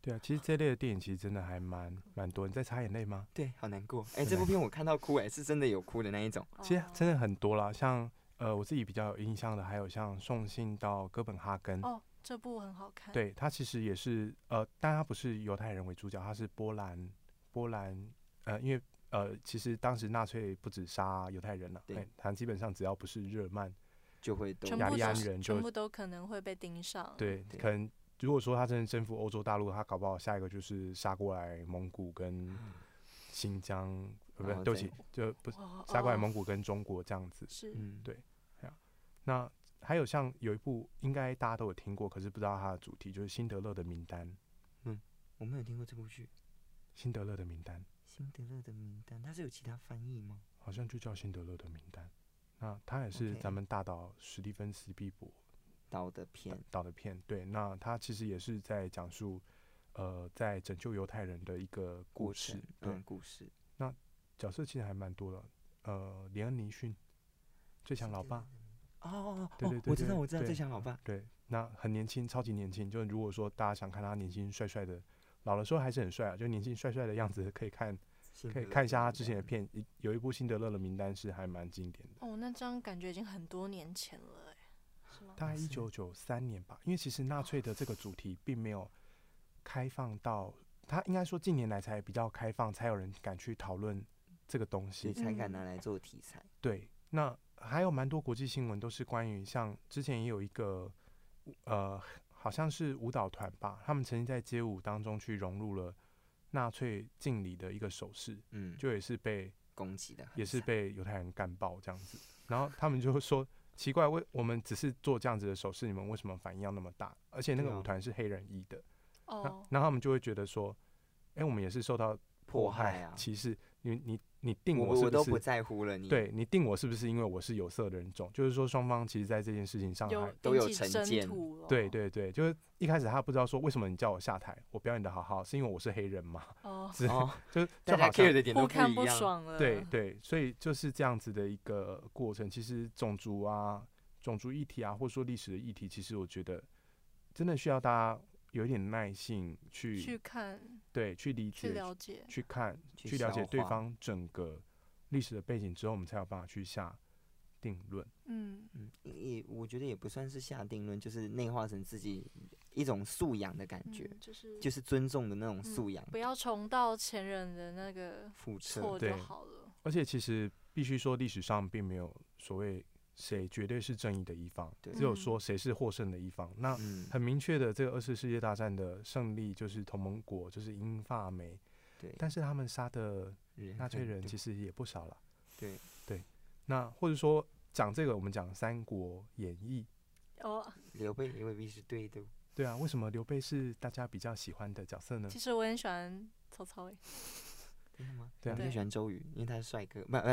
C: 对啊，其实这类的电影其实真的还蛮蛮多。你在擦眼泪吗？
A: 对，好难过。哎、
C: 是
A: 这
C: 难
A: 部片我看到哭、哎，是真的有哭的那一种。
C: 其实
B: 哦
C: 真的很多啦，像呃我自己比较有印象的，还有像送信到哥本哈根，
B: 哦，这部很好看，，
C: 对他其实也是呃，但他不是犹太人为主角，他是波兰波兰呃，因为呃，其实当时纳粹不止杀犹太人了、
A: 对
C: 哎他基本上只要不是日耳曼，
A: 就会都
B: 全
C: 亚
B: 部
C: 利
B: 都
C: 安
B: 是
C: 人就
B: 全部都可能会被盯上，，
C: 对，
A: 对
C: 可能如果说他真的征服欧洲大陆，他搞不好下一个就是杀过来蒙古跟新疆，呃，
A: 哦
C: 不是，对不
A: 这
C: 起，就不是
B: 哦，
C: 杀过来
B: 哦
C: 蒙古跟中国这样子。
B: 是
A: 嗯，
C: 对那还有像有一部应该大家都有听过，可是不知道它的主题，就是《辛德勒的名单》。《
A: 我没有听过这部剧《
C: 辛德勒的名单》
A: 辛德勒的名单》，它是有其他翻译吗？
C: 好像就叫《辛德勒的名单》。那他也是
A: OK
C: 咱们大导史蒂芬斯皮伯
A: 导的片
C: 导导的片，对，那他其实也是在讲述，呃，在拯救犹太人的一个故
A: 过
C: 事
A: 程，，
C: 对，
A: 嗯，故事。
C: 角色其实还蛮多的，呃，连恩尼逊，最强老爸，
A: 哦哦哦，
C: 对对对
A: 我知道
C: 对
A: 我知道，
C: 对
A: 最想老爸。
C: 对，那很年轻，超级年轻。就是如果说大家想看他年轻帅帅的，老的时候还是很帅啊，就年轻帅帅的样子，可以看 可以看一下他之前的片，一有一部《辛德勒的名单》是还蛮经典的，
B: 哦，那这样感觉已经很多年前了，哎，是吗？
C: 大概一
A: 是
C: 九九三年吧。因为其实纳粹的这个主题并没有开放到，他应该说近年来才比较开放，才有人敢去讨论这个东西
A: 你。才敢
B: 嗯
A: 拿来做题材。
C: 对，那还有蛮多国际新闻都是关于像之前也有一个呃，好像是舞蹈团吧，他们曾经在街舞当中去融入了纳粹敬礼的一个手势，
A: 嗯，
C: 就也是被
A: 攻击的
C: 也是被犹太人干爆这样子，然后他们就说。奇怪，为我们只是做这样子的手势，你们为什么反应要那么大？而且那
A: 对
C: 个
A: 啊
C: 舞团是黑人裔的，
B: 哦
C: 那，那他们就会觉得说，哎、我们也是受到
A: 迫害啊。
C: 歧视。你你你定
A: 我
C: 我是
A: 我
C: 不
A: 都
C: 是
A: 不在乎了，你
C: 对你定我是不是因为我是有色的人种？就是说双方其实在这件事情上
B: 有哦
C: 还
A: 都
B: 引
A: 有
B: 起
A: 成
B: 争
A: 见
B: 吐了，
C: 对，对对，就是一开始他不知道说为什么你叫我下台，我表演的好好，是因为我是黑人嘛？
B: 哦，
C: 是、
A: 哦，
C: 就是
A: 大
C: 就
A: 家
C: 好
A: care
C: 像
A: 的点都
B: 互
A: 不
B: 看
A: 一
B: 不
A: 样。
B: 爽了，
C: 对，对，所以就是这样子的一个过程。其实种族啊、种族议题啊，或者说历史的议题，其实我觉得真的需要大家有一点耐性
A: 嗯
C: 去
B: 去看
C: 对去理
B: 去
C: 解、
B: 了解，
C: 去看、
A: 去
C: 去了解
A: 消
C: 对
A: 化
C: 方整个历史的背景之后，我们才有办法去下定论。
B: 嗯，
A: 嗯，也我觉得也不算是下定论，就是内化成自己一种素养的感觉，
B: 嗯就是
A: 就是尊重的那种
B: 嗯
A: 素养。
B: 不要重蹈前人的那个
A: 覆辙，
B: 错就
C: 对
B: 好了，
C: 而且其实必须说，历史上并没有所谓谁绝对是正义的一方，
A: 对
C: 只有
B: 嗯
C: 说谁是获胜的一方。那
A: 嗯，
C: 很明确的，这个二次世界大战的胜利就是同盟国，就是英法美，
A: 对。
C: 但是他们杀的
A: 人
C: 纳粹
A: 很
C: 人
A: 多
C: 其实也不少了。
A: 对
C: 对，那或者说讲这个，我们讲《三国演义》。
B: 哦，
C: 嗯
A: 刘备也未必是对的，
C: 对啊，为什么刘备是大家比较喜欢的角色呢
B: 其？实我很喜欢曹操哎诶，
A: 真的吗？
C: 对
A: 我
C: 啊
A: 最
B: 对
A: 喜欢周瑜，因为他是帅哥。不不不不，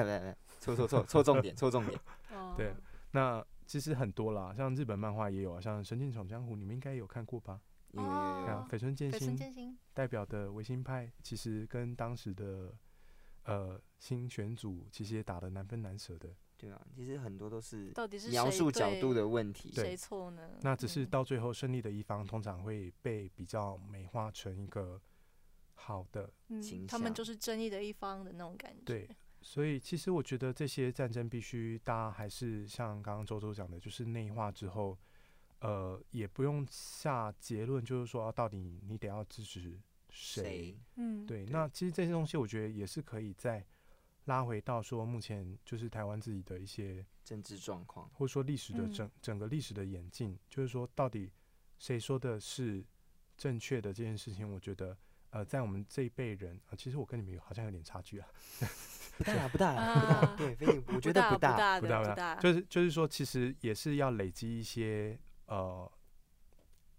A: 错错错错重点错重 点。
B: 哦，
C: 对
A: 嗯
C: 那其实很多啦，像日本漫画也有啊，像《神剑闯江湖》，你们应该也有看过吧？
A: 有有有有
C: 对
A: 有
C: 啊
B: 哦，
C: 绯村剑
B: 北村
C: 心
B: 剑心，
C: 代表的维新派，其实跟当时的呃新选组其实也打得难分难舍的。
A: 对啊，其实很多都是
B: 到底是
A: 描
B: 谁
A: 述角
B: 对
A: 度的问题。
C: 对
B: 谁错呢？
C: 那只是
B: 嗯
C: 到最后胜利的一方，通常会被比较美化成一个好的，
B: 嗯
A: 形
B: 他们
A: 象
B: 就是正义的一方的那种感觉，
C: 对，所以其实我觉得这些战争必须大家还是像刚刚周周讲的，就是内化之后，呃，也不用下结论，就是说、啊到底你得要支持谁。
B: 嗯，
C: 对，那其实这些东西我觉得也是可以再拉回到说目前就是台湾自己的一些，
A: 政治状况？
C: 或者说历史的
B: 嗯
C: 整、整个历史的演进，就是说到底谁说的是正确的这件事情，我觉得。呃，在我们这一辈人啊、其实我跟你们有好像有点差距啊，
A: 不大不大
B: 啊
A: 不大，对，非常我觉得
B: 不
A: 大。
B: 大
C: 不
B: 的
C: 大
B: 啊不
C: 不
B: 大，
C: 就是就是说，其实也是要累积一些呃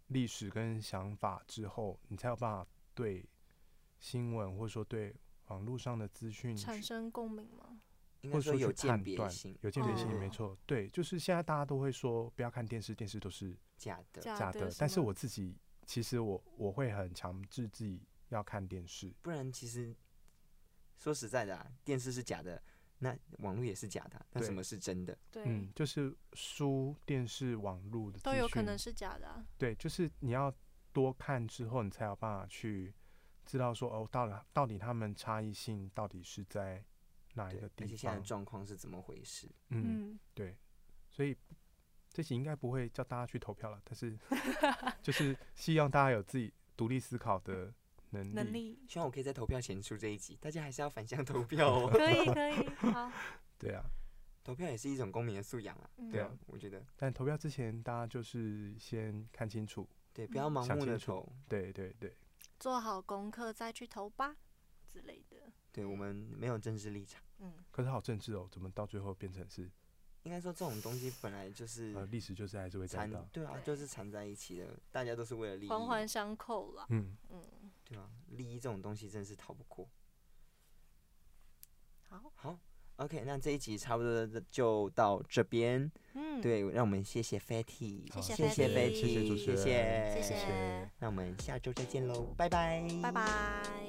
C: 历史跟想法之后，你才有办法对新闻或者说对网络上的资
A: 嗯
C: 讯
B: 产
C: 去
B: 生共鸣吗？
A: 应
C: 或
A: 该
C: 者说
A: 有
C: 去
A: 鉴
C: 判
A: 别
C: 断
A: 性，，
C: 有鉴别性
B: 哦
C: 没错。对，就是现在大家都会说不要看电视，电视都是
A: 假的，
C: 假的
B: 的，，
C: 但是我自己其实我我会很强制自己要看电视，
A: 不然其实说实在的、啊，电视是假的，那网络也是假的啊，那
C: 对
A: 什么是真的？
B: 对
C: 嗯，就是书、电视、网络的
B: 都
C: 资
B: 有可
C: 讯
B: 能是假的啊，
C: 对，就是你要多看之后，你才有办法去知道说哦，到了到底他们差异性到底是在哪一
A: 对
C: 个，
A: 而
C: 地
A: 且现在
C: 方
A: 的？状况是怎么回事？
C: 嗯，
B: 嗯，
C: 对，所以这集应该不会叫大家去投票了，但是就是希望大家有自己独立思考的能力。
B: 能 力
A: 希望我可以在投票前出这一集，大家还是要反向投票 哦。
B: 可以可以，好，
C: 对啊，
A: 投票也是一种公民的素养啊，
B: 嗯
C: 对啊，
A: 我觉得
C: 但投票之前，大家就是先看清楚。
A: 对，不要盲
C: 想
A: 目的
C: 清楚
A: 投。
C: 对对对，
B: 做好功课再去投吧之类的，
A: 对我们没有政治立场，
B: 嗯，
C: 可是好政治哦，怎么到最后变成是
A: 应该说这种东西本来就是
C: 呃历史就是还是会
A: 缠
C: 讲到，，
A: 对啊，
B: 对
A: 就是缠在一起的，大家都是为了利益，
B: 环环相扣啦，
C: 嗯，
B: 嗯，
A: 对啊，利益这种东西真是逃不过。
B: 好，
A: 好，OK，那这一集差不多就到这边。
B: 嗯，，
A: 对，让我们谢谢 Fatty，
C: 好
B: 谢
A: 谢谢
B: Fatty，
A: Fatty，
B: 嗯谢谢
C: 主持人
A: 谢
B: 谢
C: 谢
B: 谢，
A: 那我们下周再见喽，拜拜，
B: 拜拜。